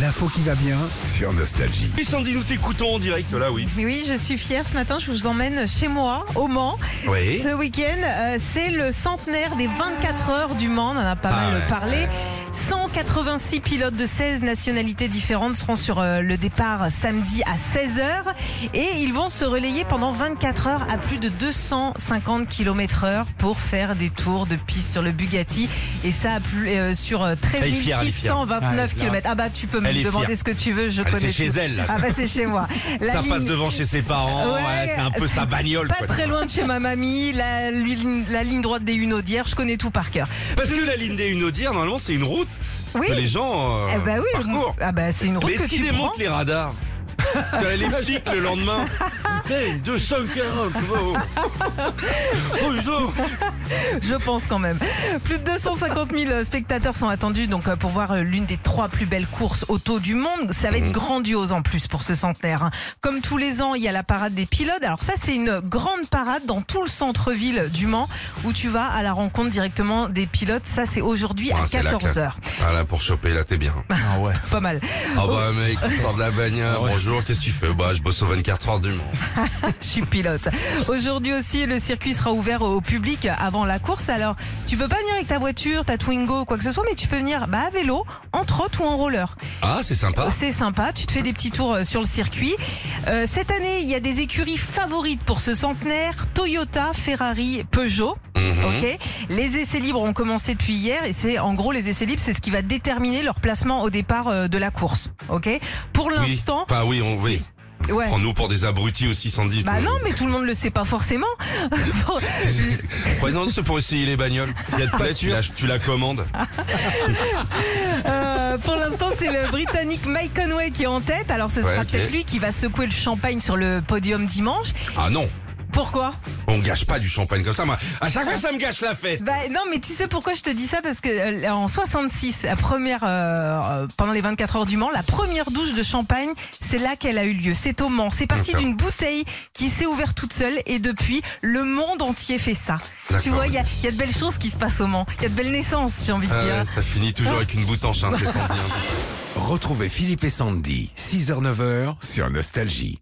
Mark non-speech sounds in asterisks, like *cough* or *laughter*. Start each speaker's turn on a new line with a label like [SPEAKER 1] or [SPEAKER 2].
[SPEAKER 1] L'info qui va bien.
[SPEAKER 2] sur Nostalgie.
[SPEAKER 3] Oui, Sandy, nous t'écoutons en direct, là, oui.
[SPEAKER 4] Mais oui, je suis fière. Ce matin, je vous emmène chez moi, au Mans.
[SPEAKER 2] Oui.
[SPEAKER 4] Ce week-end, euh, c'est le centenaire des 24 heures du Mans. On en a pas mal
[SPEAKER 2] Ah ouais.
[SPEAKER 4] parlé. 186 pilotes de 16 nationalités différentes seront sur euh, le départ samedi à 16h et ils vont se relayer pendant 24 heures à plus de 250 km heure pour faire des tours de piste sur le Bugatti et ça à plus, euh, sur euh, 13
[SPEAKER 2] Elle est fière, elle est fière.
[SPEAKER 4] 629 km. Ah bah tu peux me
[SPEAKER 2] Elle est
[SPEAKER 4] demander
[SPEAKER 2] fière.
[SPEAKER 4] ce que tu veux, je
[SPEAKER 2] Elle,
[SPEAKER 4] connais
[SPEAKER 2] c'est chez
[SPEAKER 4] tout.
[SPEAKER 2] elle, là.
[SPEAKER 4] Ah bah c'est
[SPEAKER 2] *laughs*
[SPEAKER 4] chez moi. La
[SPEAKER 2] ça passe
[SPEAKER 4] ligne-
[SPEAKER 2] devant chez ses parents,
[SPEAKER 4] Ouais,
[SPEAKER 2] ouais, c'est un peu sa bagnole.
[SPEAKER 4] Pas
[SPEAKER 2] quoi.
[SPEAKER 4] très loin de chez ma mamie, la, ligne- la ligne droite des Hunaudières, je connais tout par cœur.
[SPEAKER 3] Parce que la ligne des Hunaudières, normalement, c'est une route
[SPEAKER 4] Oui.
[SPEAKER 3] que les gens euh,
[SPEAKER 4] Eh bah oui,
[SPEAKER 3] parcourent.
[SPEAKER 4] ah bah c'est une route
[SPEAKER 3] Mais
[SPEAKER 4] que
[SPEAKER 3] est-ce qu'ils
[SPEAKER 4] tu prends.
[SPEAKER 3] démontent les radars Parce que les flics le
[SPEAKER 4] *laughs*
[SPEAKER 3] lendemain. Putain, 240 oh.
[SPEAKER 4] *laughs*
[SPEAKER 3] Oh, dis donc.
[SPEAKER 4] Je pense quand même. Plus de 250 000 euh, spectateurs sont attendus donc euh, pour voir euh, l'une des trois plus belles courses auto du monde. Ça
[SPEAKER 2] Mhm.
[SPEAKER 4] va être grandiose en plus pour ce centenaire. hein. Comme tous les ans, il y a la parade des pilotes. Alors ça, c'est une grande parade dans tout le centre-ville du Mans où tu vas à la rencontre directement des pilotes. Ça, c'est aujourd'hui
[SPEAKER 2] Ah,
[SPEAKER 4] à
[SPEAKER 2] c'est la classe.
[SPEAKER 4] 14h.
[SPEAKER 2] Ah là, pour choper, là, t'es
[SPEAKER 4] *laughs*
[SPEAKER 2] bien. Ah
[SPEAKER 4] Pas mal.
[SPEAKER 2] bah, mec, tu sors de la bagnole. Bonjour, qu'est-ce que tu fais Bah, je bosse aux 24 heures du Mans.
[SPEAKER 4] Je suis pilote. Aujourd'hui aussi, le circuit sera ouvert au public avant la course. Alors, tu peux pas venir avec ta voiture, ta Twingo, quoi que ce soit, mais tu peux venir bah, à vélo, en trotte ou en roller.
[SPEAKER 2] Ah, c'est sympa.
[SPEAKER 4] C'est sympa, tu te fais des petits tours euh, sur le circuit. Euh, cette année, il y a des écuries favorites pour ce centenaire, Toyota, Ferrari, Peugeot.
[SPEAKER 2] Mhm.
[SPEAKER 4] Ok. Les essais libres ont commencé depuis hier et c'est en gros les essais libres, c'est ce qui va déterminer leur placement au départ euh, de la course. Ok. Pour
[SPEAKER 2] Oui.
[SPEAKER 4] l'instant,
[SPEAKER 2] Enfin, oui, on, oui.
[SPEAKER 4] ouais.
[SPEAKER 2] Prends-nous pour des abrutis aussi, Sandy.
[SPEAKER 4] Bah non, mais tout le monde le sait pas forcément. *laughs* Bon,
[SPEAKER 2] Prenons ce pour essayer les bagnoles. Il y a de plaît, tu la, tu la commandes.
[SPEAKER 4] euh, pour l'instant, c'est le Britannique Mike Conway qui est en tête. Alors, ce
[SPEAKER 2] Ouais,
[SPEAKER 4] sera
[SPEAKER 2] ok.
[SPEAKER 4] peut-être lui qui va secouer le champagne sur le podium dimanche.
[SPEAKER 2] Ah non,
[SPEAKER 4] Pourquoi
[SPEAKER 2] on gâche pas du champagne comme ça. Moi, à chaque fois, ça me gâche la fête.
[SPEAKER 4] Bah non, mais tu sais pourquoi je te dis ça Parce que euh, en 66, la première euh, euh, pendant les 24 heures du Mans, la première douche de champagne, c'est là qu'elle a eu lieu. C'est au Mans. C'est parti
[SPEAKER 2] D'accord.
[SPEAKER 4] d'une bouteille qui s'est ouverte toute seule et depuis, le monde entier fait ça. Tu
[SPEAKER 2] D'accord,
[SPEAKER 4] vois, il y a, il y a de belles choses qui se passent au Mans. Il y a de belles naissances, j'ai envie de
[SPEAKER 2] Ah
[SPEAKER 4] dire.
[SPEAKER 2] ouais, ça finit toujours avec une boute en chaîne, c'est Sandy. hein.
[SPEAKER 1] Retrouvez Philippe et Sandy, 6h-9h sur Nostalgie.